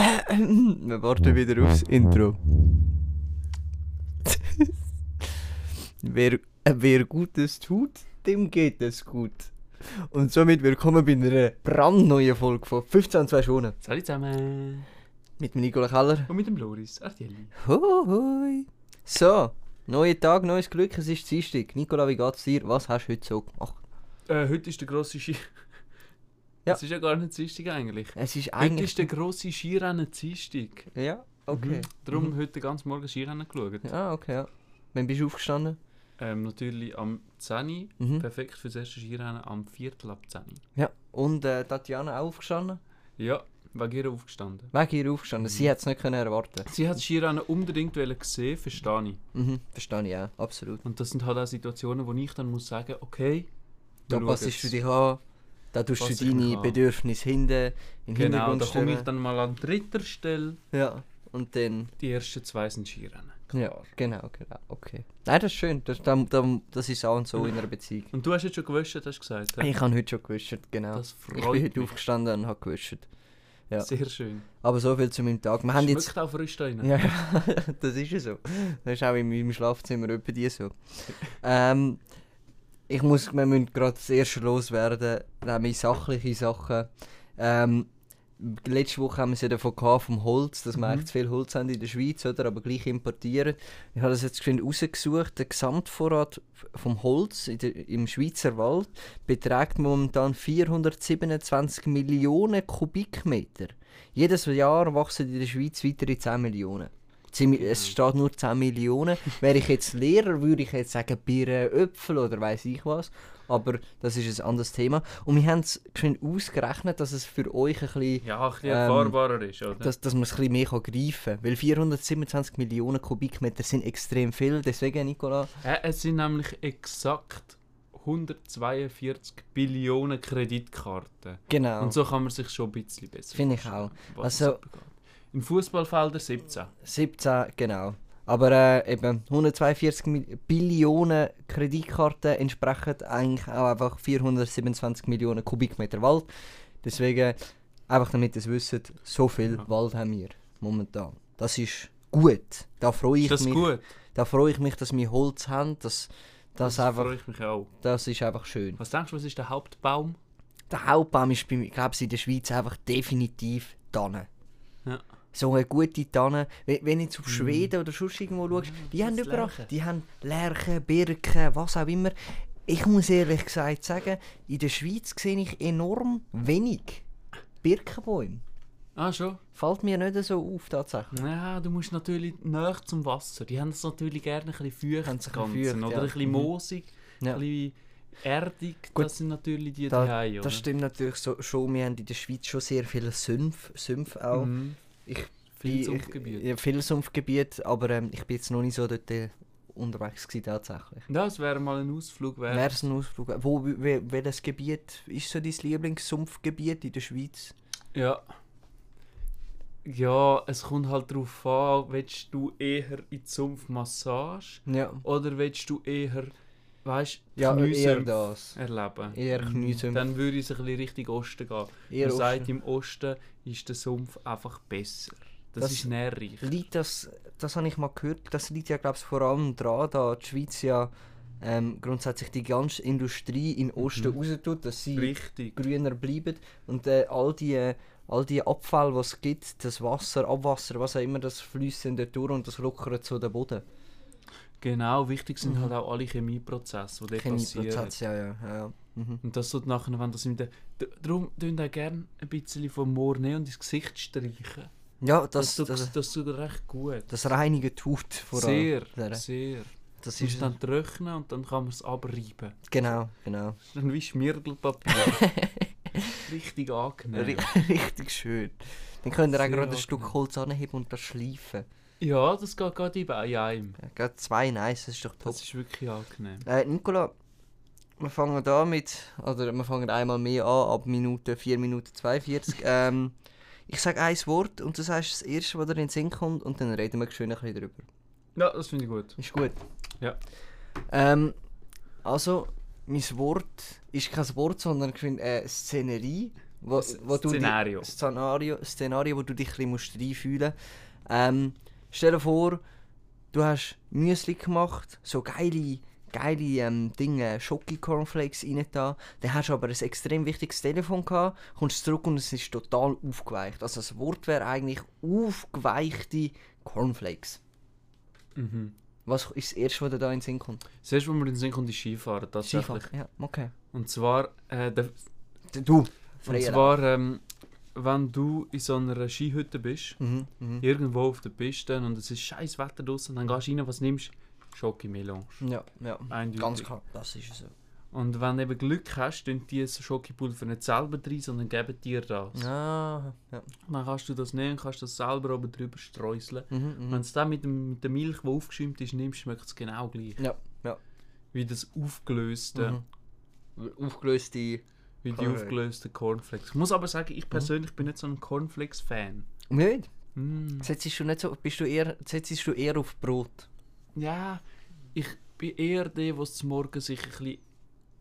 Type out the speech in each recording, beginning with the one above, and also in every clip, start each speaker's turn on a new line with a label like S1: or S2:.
S1: Wir warten wieder aufs Intro. wer, äh, wer Gutes tut, dem geht es gut. Und somit willkommen bei einer brandneuen Folge von 15 zwei Schonen
S2: Salut zusammen!
S1: mit dem Nicola Keller.
S2: Und mit dem Loris, Artielli.
S1: Hoi! So, neuer Tag, neues Glück, es ist Dienstag. Nicola, wie geht's dir? Was hast du heute so gemacht?
S2: Äh, heute ist der grosse Ski...
S1: Ja.
S2: Es ist ja gar nicht Dienstag eigentlich.
S1: Es ist
S2: Heute
S1: eigentlich...
S2: ist der grosse Skirennen Dienstag.
S1: Ja, okay.
S2: Darum heute den ganzen Morgen Skirennen geschaut.
S1: Ah, okay, Mhm. ja. Wann bist du aufgestanden?
S2: Ähm, natürlich am 10 Uhr.
S1: Mhm.
S2: Perfekt für das erste Skirennen am Viertel ab 10 Uhr.
S1: Ja. Und äh, Tatjana auch aufgestanden?
S2: Ja, wegen ihr aufgestanden.
S1: Wegen ihr aufgestanden. Sie hat es nicht können erwarten
S2: Sie hat das Skirennen unbedingt wollen sehen, verstehe ich.
S1: Mhm, verstehe ich auch, absolut.
S2: Und das sind halt auch Situationen, wo ich dann muss sagen, okay... wir
S1: Da
S2: schauen
S1: passest du
S2: jetzt.
S1: dich an, da tust
S2: Passe
S1: du
S2: ich mich
S1: deine
S2: an.
S1: Bedürfnisse hinten in den
S2: Genau,
S1: Hintergrund
S2: da komme ich
S1: stellen.
S2: dann mal an dritter Stelle.
S1: Ja, und dann...
S2: Die ersten zwei sind Skirennen.
S1: Ja, genau, genau, okay. Nein, das ist schön, das, da, da, das ist auch und so in einer Beziehung.
S2: Und du hast jetzt schon gewusst, hast du gesagt. hä?
S1: Ich habe heute schon gewusst, genau.
S2: Das
S1: ich bin
S2: freut
S1: heute
S2: mich.
S1: aufgestanden und habe gewusst. ja.
S2: Sehr schön.
S1: Aber so viel zu meinem Tag. Wir haben
S2: Schmeckt
S1: jetzt...
S2: auch frisch da rein.
S1: Ja, das ist ja so. Das ist auch in meinem Schlafzimmer etwa die so. Ähm, ich muss, wir müssen gerade das erste loswerden, nämlich sachliche Sachen. Ähm, letzte Woche haben wir es ja davon gehabt, vom Holz, dass wir
S2: Mhm.
S1: eigentlich zu viel Holz haben in der Schweiz, oder, aber gleich importieren. Ich habe das jetzt geschwind rausgesucht. Der Gesamtvorrat vom Holz in der, im Schweizer Wald beträgt momentan 427 Millionen Kubikmeter. Jedes Jahr wachsen in der Schweiz weitere 10 Millionen. Zehn Mi- Es steht nur 10 Millionen. Wäre ich jetzt Lehrer, würde ich jetzt sagen Birnen, Äpfel oder weiß ich was. Aber das ist ein anderes Thema. Und wir haben es geschwind ausgerechnet, dass es für euch ein bisschen
S2: Ja, ein bisschen
S1: Ähm,
S2: erfahrbarer ist, oder?
S1: dass, dass man es ein bisschen mehr kann greifen kann. Weil 427 Millionen Kubikmeter sind extrem viel. Deswegen, Nicola,
S2: Äh, es sind nämlich exakt 142 Billionen Kreditkarten.
S1: genau.
S2: Und so kann man sich schon ein bisschen besser
S1: Finde ich
S2: vorstellen,
S1: auch.
S2: was
S1: Also-
S2: es abgeht. Im Fußballfelder 17.
S1: 17, genau. Aber äh, eben 142 Mil- Billionen Kreditkarten entsprechen eigentlich auch einfach 427 Millionen Kubikmeter Wald. Deswegen, einfach damit ihr es wisst, so viel
S2: Ja.
S1: Wald haben wir momentan. Das ist gut. Da freue ich,
S2: Ist das
S1: mich-
S2: gut?
S1: da freue ich mich, dass wir Holz haben. Das, das, einfach,
S2: freue ich mich auch.
S1: das ist einfach schön.
S2: Was denkst du, was ist der Hauptbaum?
S1: Der Hauptbaum ist bei mir, glaube ich, in der Schweiz einfach definitiv Tanne.
S2: Ja. Mhm.
S1: So eine gute Tanne. Wenn, wenn du jetzt auf Schweden oder sonst irgendwo schaust, die haben
S2: das
S1: überall,
S2: Lärchen.
S1: die haben Lärchen, Birken, was auch immer. Ich muss ehrlich gesagt sagen, in der Schweiz sehe ich enorm wenig Birkenbäume.
S2: Ah, schon?
S1: Fällt mir nicht so auf, tatsächlich.
S2: Ja, du musst natürlich näher zum Wasser. Die haben es natürlich gerne ein bisschen
S1: Haben
S2: feucht,
S1: es
S2: das
S1: ein bisschen
S2: Ganze,
S1: feucht,
S2: oder
S1: ja.
S2: ein bisschen
S1: Mhm.
S2: moosig,
S1: Ja.
S2: ein bisschen erdig.
S1: Gut,
S2: Das sind natürlich die
S1: Da-
S2: daheim, oder?
S1: das stimmt natürlich so, schon. Wir haben in der Schweiz schon sehr viele Sümpfe, Sümpfe auch.
S2: Mhm.
S1: Ich
S2: Viel
S1: bin-
S2: Sumpfgebiet.
S1: Ja, viel Sumpfgebiet, aber ähm, ich bin jetzt noch nicht so dort äh, unterwegs gewesen, tatsächlich.
S2: Ja, es wäre mal ein Ausflug wert.
S1: Wäre es ein Ausflug? Wo, we, welches Gebiet ist so dein Lieblingssumpfgebiet in der Schweiz?
S2: Ja. Ja, es kommt halt darauf an, willst du eher in die Sumpfmassage
S1: Ja.
S2: oder willst du eher, weißt du,
S1: Ja, eher
S2: Kniesumpf
S1: das.
S2: erleben?
S1: Eher Kniesumpf.
S2: Mhm. Dann würde ich ein bisschen Richtung Osten gehen.
S1: Eher
S2: Man sagt,
S1: Osten.
S2: im Osten ist der Sumpf einfach besser. Das,
S1: Das-
S2: ist nährreich.
S1: Liegt das, das habe ich mal gehört, das liegt ja glaube ich vor allem daran, da die Schweiz ja ähm, grundsätzlich die ganze Industrie in den Osten mhm. raus tut, dass sie
S2: Richtig.
S1: grüner bleiben und äh, all die äh, all die Abfälle, was es gibt, das Wasser, Abwasser, was auch immer, das fließt in der Tour und das lockert so den Boden.
S2: Genau, wichtig
S1: Mhm.
S2: sind halt auch alle Chemieprozesse, die dort passieren.
S1: Chemieprozess, ja, ja, ja, ja. Mhm.
S2: Und das tut nachher, wenn das mit der... D- Darum tun auch gerne ein bisschen vom Moor nehmen und ins Gesicht streichen.
S1: Ja, das, das,
S2: Das, tut,
S1: das,
S2: das, tut recht gut.
S1: reinigt die Haut vor allem.
S2: sehr,
S1: Das
S2: sehr. Es
S1: ist
S2: ist dann trocknen und dann kann man es abreiben.
S1: genau, genau.
S2: Das ist dann wie Schmirgelpapier. Richtig angenehm.
S1: Ri- Richtig schön. Dann könnt ihr auch
S2: Sehr
S1: gerade ein
S2: angenehm.
S1: Stück Holz anheben und das schleifen.
S2: Ja, das geht gerade eben in einem.
S1: Ja, gerade zwei, nice, das ist doch top.
S2: Das ist wirklich angenehm.
S1: Äh, Nicola, wir fangen da mit, oder wir fangen einmal mehr an, ab Minute 4 Minuten 42. ähm, ich sage ein Wort und du sagst das erste, was dir in den Sinn kommt und dann reden wir schön ein bisschen drüber.
S2: Ja, das finde ich gut.
S1: Ist gut.
S2: Ja.
S1: Ähm, also, mein Wort ist kein Wort, sondern ich finde äh, Szenerie. Wo,
S2: S-
S1: wo du
S2: Szenario.
S1: Die, Szenario. Szenario, wo du dich ein bisschen reinfühlen musst. Ähm, stell dir vor, du hast Müsli gemacht, so geile, geile ähm, Dinge, Schoki-Cornflakes rein da. Dann hast du aber ein extrem wichtiges Telefon gehabt, kommst zurück und es ist total aufgeweicht. Also das Wort wäre eigentlich aufgeweichte Cornflakes.
S2: Mhm.
S1: Was ist das Erste, was dir da in den Sinn kommt?
S2: Das erste, was mir in den Sinn kommt, ist Skifahren. Tatsächlich.
S1: Skifahren. Ja, okay.
S2: Und zwar, äh, der,
S1: Du,
S2: und
S1: Freie
S2: zwar ähm, wenn du in so einer Skihütte bist,
S1: Mhm, mhm.
S2: irgendwo auf der Piste und es ist scheiß Wetter draußen, dann gehst du rein, was nimmst du? Schokimelange.
S1: Ja, ja.
S2: Eindeutig.
S1: Ganz klar, das ist so.
S2: Und wenn du eben Glück hast, tun die so Schokipulver nicht selber rein, sondern geben dir das.
S1: Ah, ja.
S2: Dann kannst du das nehmen und kannst das selber oben drüber streuseln.
S1: Mhm,
S2: Wenn es dann mit, dem, mit der Milch, die aufgeschäumt ist, nimmst, schmeckt es genau gleich.
S1: Ja, ja.
S2: Wie das aufgelöste,
S1: mhm. Aufgelöste.
S2: wie die
S1: Korrekt.
S2: aufgelösten Cornflakes. Ich muss aber sagen,
S1: Mhm.
S2: ich persönlich bin nicht so ein Cornflakes-Fan.
S1: Nicht?
S2: Mm.
S1: Setzt du nicht so. Bist du eher, setzt du eher auf Brot?
S2: Ja, ich bin eher der, der es morgen sich ein bisschen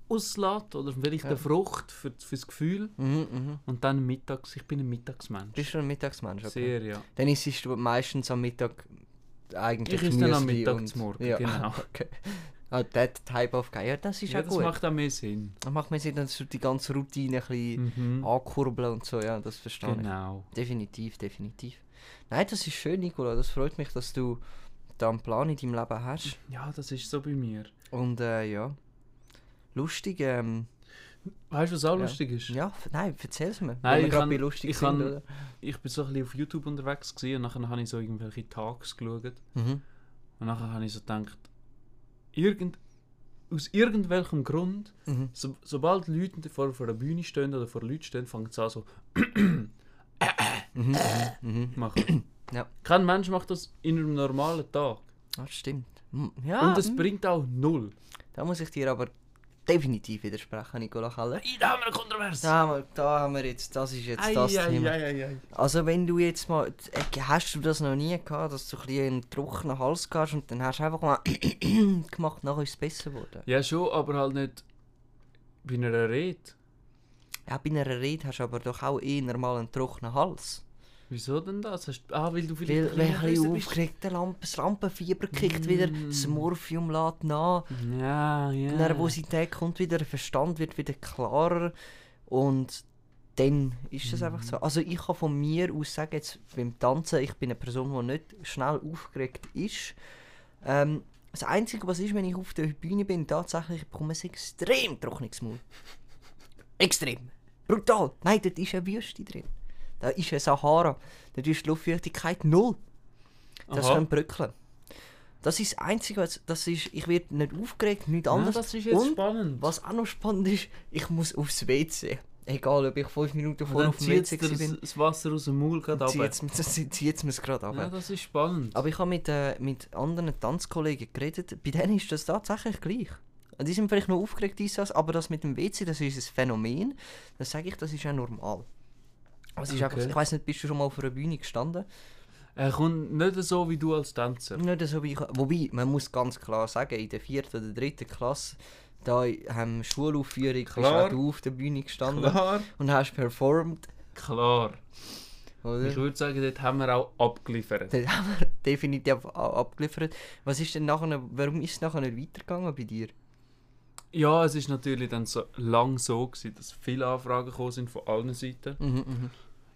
S2: auslässt oder vielleicht
S1: Ja.
S2: eine Frucht für, fürs Gefühl
S1: Mhm, mhm.
S2: und dann mittags. Ich bin ein Mittagsmensch.
S1: Bist du ein Mittagsmensch? Okay.
S2: Sehr, ja.
S1: Dann isst du meistens am Mittag eigentlich
S2: Ich esse dann am
S1: Müsli
S2: Mittag
S1: und-
S2: zum Morgen,
S1: Ja.
S2: genau.
S1: Okay. Ah, that type of guy. Ja, das ist
S2: ja,
S1: auch
S2: das
S1: gut.
S2: macht auch mehr Sinn.
S1: Dann macht man sich dann so die ganze Routine ein bisschen
S2: Mhm.
S1: ankurbeln und so. Ja, das verstehe ich.
S2: Genau.
S1: Definitiv, definitiv. Nein, das ist schön, Nicola. Das freut mich, dass du da einen Plan in deinem Leben hast.
S2: Ja, das ist so bei mir.
S1: Und äh, ja. Lustig, ähm.
S2: Weißt du, was auch
S1: Ja.
S2: lustig ist?
S1: Ja, f- nein, erzähl's mir.
S2: Nein,
S1: wenn wir
S2: ich
S1: grad
S2: kann-
S1: bei lustig
S2: ich
S1: sind,
S2: kann-
S1: oder?
S2: Ich bin so ein bisschen auf YouTube unterwegs gewesen, und nachher habe ich so irgendwelche Tags geschaut.
S1: Mhm.
S2: Und nachher habe ich so gedacht, irgend, aus irgendwelchem Grund,
S1: Mhm.
S2: so, sobald Leute vor, vor der Bühne stehen oder vor Leuten stehen, fangen sie an so
S1: Mhm. Mhm.
S2: machen.
S1: Ja.
S2: Kein Mensch macht das in einem normalen Tag.
S1: Das stimmt. Hm, Ja,
S2: und es
S1: hm.
S2: bringt auch null.
S1: da muss ich dir aber definitiv widersprechen, Nicola Keller.
S2: Ei, Da haben wir eine Kontroverse.
S1: Da haben, wir, da haben wir jetzt, das ist jetzt
S2: Ei,
S1: das
S2: ei,
S1: Thema.
S2: ei, ei, ei.
S1: Also wenn du jetzt mal, äh, hast du das noch nie gehabt, dass du ein bisschen einen trockenen Hals hast und dann hast du einfach mal gemacht, nachher ist es besser geworden.
S2: Ja, schon, aber halt nicht bei einer Rede.
S1: Ja, bei einer Rede hast du aber doch auch eher mal einen trockenen Hals.
S2: Wieso denn das? Hast, ah, weil du
S1: Weil, weil ein
S2: vielleicht
S1: bisschen
S2: nervöser bist. Mm.
S1: aufgeregt, der Lampe, das Lampenfieber kickt wieder, das Morphium lädt nach,
S2: Ja, ja.
S1: die Nervosität kommt wieder, der Verstand wird wieder klarer und dann ist das einfach
S2: Mhm.
S1: so. Also ich kann von mir aus sagen, jetzt beim Tanzen, ich bin eine Person, die nicht schnell aufgeregt ist. Ähm, das Einzige, was ist, wenn ich auf der Bühne bin, tatsächlich ich bekomme ich ein extrem trockenes Maul. Extrem. Brutal. Nein, dort ist eine Wüste drin. Da ist eine Sahara. Dort ist die Luftfeuchtigkeit null. Das
S2: Aha.
S1: kann bröckeln. Das ist das Einzige, was das ist, ich werde nicht aufgeregt, nichts
S2: Ja,
S1: anderes.
S2: das ist jetzt
S1: Und
S2: spannend.
S1: was auch noch spannend ist, ich muss aufs WC. Egal, ob ich fünf Minuten
S2: Und
S1: vor
S2: dann
S1: auf dem
S2: zieht
S1: WC
S2: dir das,
S1: bin,
S2: das Wasser aus dem Maul gerade
S1: zieht
S2: runter.
S1: es mir- zieht's mir's gerade ab.
S2: Ja, das ist spannend.
S1: Aber ich habe mit, äh, mit anderen Tanzkollegen geredet, bei denen ist das tatsächlich gleich. Die sind vielleicht noch aufgeregt, Isas, aber das mit dem WC, das ist ein Phänomen. Das sage ich, das ist ja normal. Das ist einfach,
S2: Okay.
S1: ich weiß nicht, bist du schon mal auf einer Bühne gestanden?
S2: Er kommt nicht so wie du als Tänzer.
S1: Nicht so wie ich, wobei, man muss ganz klar sagen, in der vierten oder dritten Klasse, da haben Schulaufführung,
S2: Klar.
S1: bist auch du auf der Bühne gestanden
S2: Klar.
S1: und hast performt,
S2: Klar.
S1: oder?
S2: Ich würde sagen, dort haben wir auch abgeliefert.
S1: Dann haben wir definitiv a- abgeliefert. Was ist denn nachher, warum ist es nachher nicht weitergegangen bei dir?
S2: Ja, es ist natürlich dann so lang so gewesen, dass viele Anfragen gekommen sind von allen Seiten.
S1: Mhm,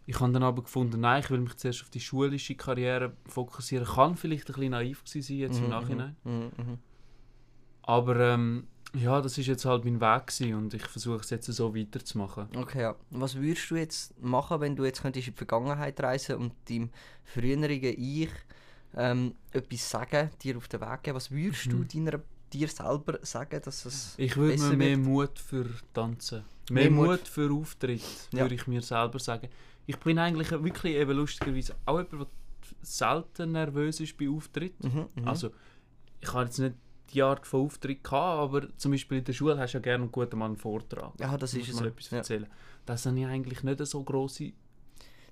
S2: Ich habe dann aber gefunden, nein, ich will mich zuerst auf die schulische Karriere fokussieren. Kann vielleicht ein bisschen naiv gewesen sein jetzt im Nachhinein.
S1: mhm, mhm.
S2: Aber ähm, ja, das ist jetzt halt mein Weg gewesen und ich versuche es jetzt so weiterzumachen.
S1: Okay, ja. Was würdest du jetzt machen, wenn du jetzt könntest in die Vergangenheit reisen und deinem früheren Ich ähm, etwas sagen, dir auf den Weg geben? Was würdest
S2: Mhm.
S1: du deiner, dir selber sagen, dass es
S2: Ich würde mir
S1: besser
S2: mehr
S1: wird?
S2: Mut für Tanzen,
S1: Mehr
S2: mehr,
S1: Mut.
S2: Mut. für Auftritt,
S1: Ja.
S2: würde ich mir selber sagen. Ich bin eigentlich wirklich eben lustigerweise auch jemand, der selten nervös ist bei Auftritt.
S1: Mhm, mhm.
S2: Also, ich habe jetzt nicht die Art von Auftritt gehabt, aber zum Beispiel in der Schule hast du ja gerne einen guten Mann einen Vortrag.
S1: ja, das
S2: Du
S1: ist
S2: musst
S1: es.
S2: mal
S1: so.
S2: etwas
S1: Ja.
S2: erzählen. Das habe ich eigentlich nicht so grosse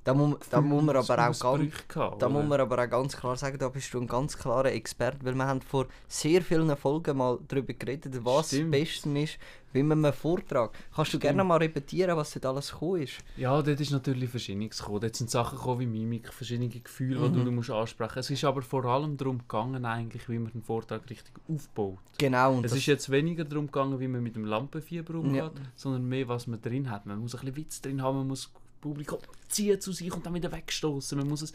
S1: Da muss, da muss man aber auch ganz
S2: Ausbrüche gehabt,
S1: Da
S2: oder?
S1: muss man aber auch ganz klar sagen, da bist du ein ganz klarer Experte, weil wir haben vor sehr vielen Folgen mal darüber geredet, was
S2: Stimmt.
S1: das Beste ist, wie man einen Vortrag... Kannst du gerne mal repetieren, was dort alles gekommen ist?
S2: Ja, dort ist natürlich Verschiedenes gekommen. Dort sind Sachen gekommen wie Mimik, verschiedene Gefühle, die du musst ansprechen Es ist aber vor allem darum gegangen, eigentlich, wie man den Vortrag richtig aufbaut.
S1: Genau, und
S2: Es
S1: das,
S2: ist jetzt weniger darum gegangen, wie man mit dem Lampenfieber umgeht,
S1: Ja.
S2: sondern mehr, was man drin hat. Man muss ein bisschen Witz drin haben, man muss das Publikum ziehen zu sich und dann wieder wegstoßen. Man muss es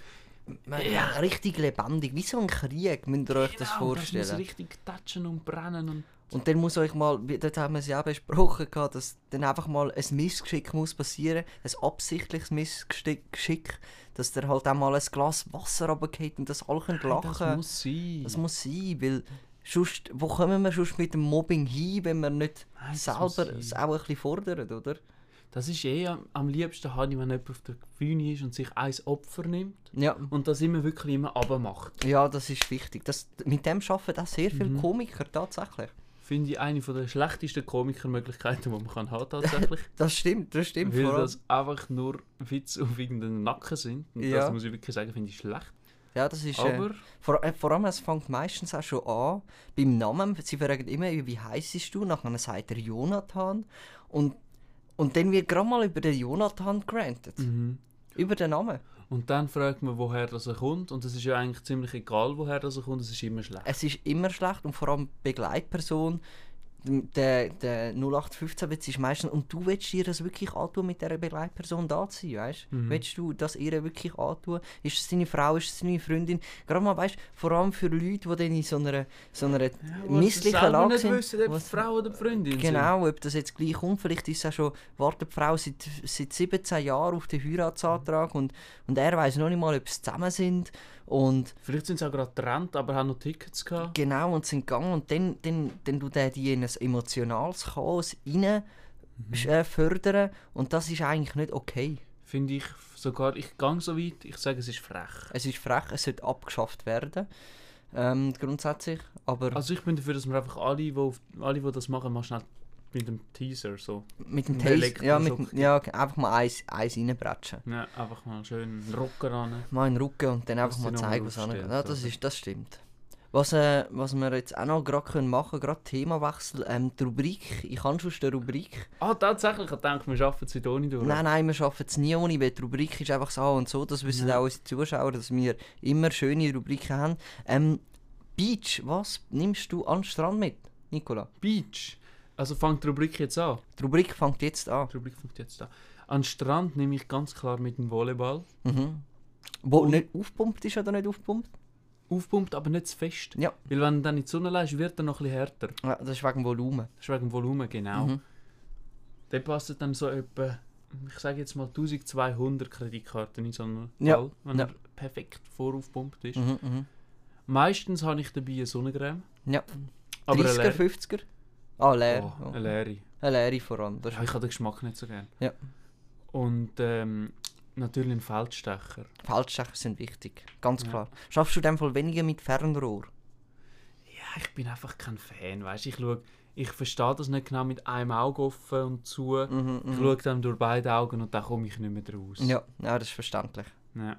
S1: man, richtig lebendig, wie so ein Krieg, müsst ihr euch das
S2: Genau, muss
S1: vorstellen.
S2: richtig touchen und brennen und
S1: und dann muss euch mal, wie- dort haben wir es ja auch besprochen, gehabt, dass dann einfach mal ein Missgeschick muss passieren, ein absichtliches Missgeschick, dass der halt auch mal ein Glas Wasser runtergeht und das alle können lachen
S2: das muss sein.
S1: Das muss sein, weil sonst, wo kommen wir sonst mit dem Mobbing hin, wenn wir nicht
S2: Nein, Ah, das muss
S1: selber
S2: sein.
S1: es auch ein bisschen fordern, oder?
S2: das ist eh am, am liebsten, habe ich, wenn jemand auf der Bühne ist und sich ein Opfer nimmt
S1: Ja.
S2: und das immer wirklich immer abmacht.
S1: Ja, das ist wichtig. Das, mit dem arbeiten auch sehr viele
S2: Mhm.
S1: Komiker tatsächlich.
S2: Finde ich eine von der schlechtesten Komikermöglichkeiten, die man kann haben tatsächlich.
S1: Das stimmt, das stimmt.
S2: weil
S1: vor allem.
S2: das einfach nur Witze auf irgendeinen Nacken sind. Und
S1: Ja.
S2: das muss ich wirklich sagen, finde ich schlecht.
S1: ja, das ist. äh,
S2: Aber
S1: Vor, äh, vor allem, es fängt meistens auch schon an beim Namen. Sie fragen immer, wie heisst du? Nachher sagt er Jonathan. Und, und dann wird gerade mal über den Jonathan granted.
S2: Mhm.
S1: Über den Namen.
S2: Und dann fragt man, woher das er kommt. Und es ist ja eigentlich ziemlich egal, woher das er kommt. Es ist immer schlecht.
S1: Es ist immer schlecht und vor allem die Begleitperson, der, der 0815 Witz ist meistens, und du willst dir das wirklich antun, mit dieser Begleitperson da zu sein, weißt
S2: Mhm.
S1: du? Willst du das ihr wirklich antun? Ist es deine Frau, ist es deine Freundin? Gerade mal, weißt du, vor allem für Leute, die dann in so einer, so einer misslichen Lage
S2: nicht
S1: sind.
S2: wissen, ob
S1: was-
S2: es Frau oder Freundin
S1: Genau, ob das jetzt gleich kommt, vielleicht ist es auch schon, wartet die Frau seit, seit 17 Jahren auf den Heiratsantrag und, und er weiß noch nicht mal, ob sie zusammen sind und
S2: sind. Vielleicht sind sie auch gerade getrennt, aber haben noch Tickets gehabt.
S1: Genau, und sind gegangen und dann, dann, dann tut er die in ein emotionales Chaos rein
S2: Mhm.
S1: äh, fördern und das ist eigentlich nicht okay.
S2: Finde ich sogar, ich gehe so weit, ich sage, es ist frech.
S1: Es ist frech, es sollte abgeschafft werden, ähm, grundsätzlich, aber
S2: Also ich bin dafür, dass wir einfach alle, die, auf- alle, die das machen, mal schnell mit dem Teaser so.
S1: mit dem
S2: ein
S1: Taste, ja, mit,
S2: Elektroschock.
S1: ja, einfach mal eins, eins reinbratschen.
S2: Ja, einfach mal schön einen Rocker ran.
S1: Mal in den Rücken und dann einfach
S2: die
S1: mal
S2: Nummer
S1: zeigen, was
S2: aufsteht,
S1: angeht. Ja, das,
S2: oder?
S1: ist, das stimmt. Was, äh, was wir jetzt auch noch gerade können machen können, gerade Themawechsel, ähm, die Rubrik, ich kann schon aus der Rubrik
S2: Ah, tatsächlich, ich dachte, wir schaffen es heute ohne durch.
S1: Nein, nein, wir schaffen es nie ohne, weil die Rubrik ist einfach so und so. Das wissen auch unsere Zuschauer, dass wir immer schöne Rubriken haben. Ähm, Beach, was nimmst du an den Strand mit, Nicola?
S2: Beach. Also fängt die Rubrik jetzt an.
S1: Die Rubrik fängt jetzt an.
S2: Die Rubrik fängt jetzt an. An den Strand nehme ich ganz klar mit dem Volleyball.
S1: Mhm. Wo nicht aufgepumpt ist oder nicht aufgepumpt?
S2: Aufpumpt, aber nicht zu fest.
S1: Ja.
S2: Weil wenn du dann in die Sonne lässt, wird er noch ein bisschen härter.
S1: Ja, das ist wegen Volumen.
S2: Das ist wegen dem Volumen, genau.
S1: Mhm.
S2: Der passt dann so etwa, ich sage jetzt mal 1200 Kreditkarten in so einem
S1: Ja,
S2: Fall, wenn
S1: ja.
S2: er perfekt voraufpumpt ist.
S1: Mhm, mhm.
S2: Meistens habe ich dabei eine Sonnencreme.
S1: Ja.
S2: Aber
S1: 30er,
S2: eine
S1: 50er? Ah,
S2: leere.
S1: leer.
S2: Oh,
S1: ja.
S2: eine leere.
S1: Eine leere vor allem. Das
S2: Ja,
S1: ist
S2: ich habe den Geschmack nicht so gern.
S1: Ja.
S2: Und ähm, natürlich ein Feldstecher.
S1: Feldstecher sind wichtig, ganz
S2: Ja.
S1: klar. Schaffst du in dem Fall weniger mit Fernrohr?
S2: Ja, Ah, ich bin einfach kein Fan, weißt ich schaue, ich verstehe das nicht genau mit einem Auge offen und zu.
S1: Mhm,
S2: Ich
S1: mhm.
S2: schaue dann durch beide Augen und dann komme ich nicht mehr draus.
S1: Ja, ja, das ist verständlich.
S2: Ja.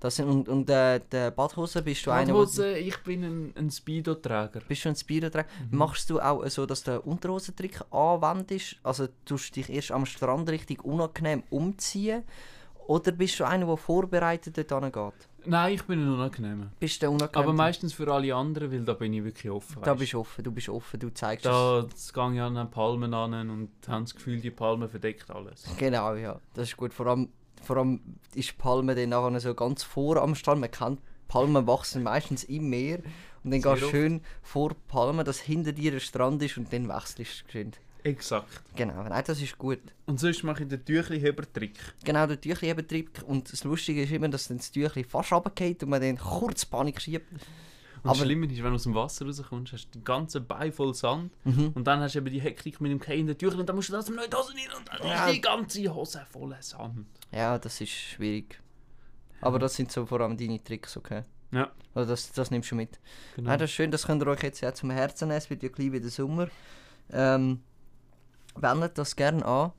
S1: Das sind, und und äh, der Badhose bist du einer, wo-
S2: Badhose, ich bin ein, ein Speedo-Träger.
S1: bist du ein Speederträger.
S2: Mhm.
S1: Machst du auch so, dass der Unterhosentrick anwendest? Also tust du dich erst am Strand richtig unangenehm umziehen? Oder bist du einer, der vorbereitet dort hingeht?
S2: Nein, ich bin ein Unangenehmer.
S1: Bist du unangenehm?
S2: Aber meistens für alle anderen, weil da bin ich wirklich offen.
S1: da
S2: weisst.
S1: bist du offen, du bist offen, du zeigst es.
S2: da gehe ich an den Palmen an und habe das Gefühl, die Palme verdeckt alles.
S1: Genau, ja. Das ist gut. Vor allem, vor allem ist die Palme dann nachher so ganz vor am Strand. Man kennt, Palmen wachsen meistens im Meer. Und dann
S2: Sehr
S1: gehst du
S2: oft.
S1: schön vor die Palme, dass hinter dir der Strand ist und dann wechselst du geschwind.
S2: Exakt.
S1: Genau, nein, das ist gut.
S2: Und sonst mache ich den Tüchli-Hebertrick.
S1: Genau, der Tüchli-Betrieb. Und das Lustige ist immer, dass dann das Tüchli fast runtergeht und man dann kurz Panik schiebt.
S2: Und
S1: Aber-
S2: das Schlimme ist, wenn du aus dem Wasser rauskommst, hast du den ganzen Bein voll Sand
S1: Mhm.
S2: und dann hast du eben die Hektik mit dem gehenden Tüchli und dann musst du das in die Hose rein und dann
S1: Ja.
S2: ist die ganze Hose voller Sand.
S1: Ja, das ist schwierig. Aber das sind so vor allem deine Tricks, okay?
S2: Ja,
S1: Also das, das nimmst du mit.
S2: genau.
S1: Nein, das ist schön, das könnt ihr euch jetzt ja zum Herzen nehmen. Es wird ja gleich wieder Sommer. Ähm, wendet das gerne an.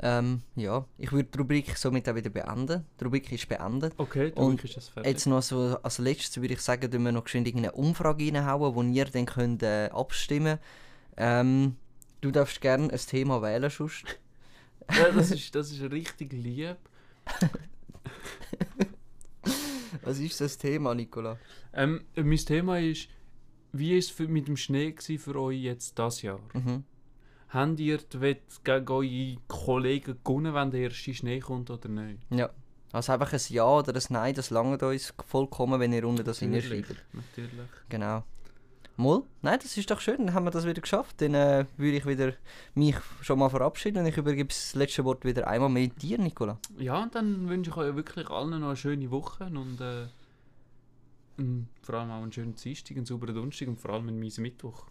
S1: Ähm, ja, ich würde die Rubrik somit auch wieder beenden. Die Rubrik ist beendet.
S2: Okay, du
S1: Und
S2: ist das fertig.
S1: Jetzt noch so als letztes würde ich sagen, dass wir noch geschwind irgendeine Umfrage reinhauen, wo ihr dann könnt, äh, abstimmen könnt. Ähm, du darfst gerne ein Thema wählen, sonst.
S2: Ja, das, ist, das ist richtig lieb.
S1: Was ist das Thema, Nicola?
S2: Ähm, mein Thema ist, wie war es für- mit dem Schnee gewesen für euch jetzt das Jahr?
S1: Mhm.
S2: Habt ihr die Wette gegen eure Kollegen gewonnen, wenn der erste Schnee kommt oder nicht?
S1: Ja. Also einfach ein Ja oder ein Nein, das langt uns vollkommen, wenn ihr unten das
S2: Natürlich,
S1: hinschreibt.
S2: natürlich.
S1: Genau. Mol? Nein, das ist doch schön, dann haben wir das wieder geschafft. Dann äh, würde ich wieder mich schon mal verabschieden und ich übergebe das letzte Wort wieder einmal mit dir, Nicola.
S2: Ja, und dann wünsche ich euch wirklich allen noch eine schöne Woche und äh, m, vor allem auch einen schönen Dienstag, einen sauberen Donnerstag und vor allem einen miesen Mittwoch.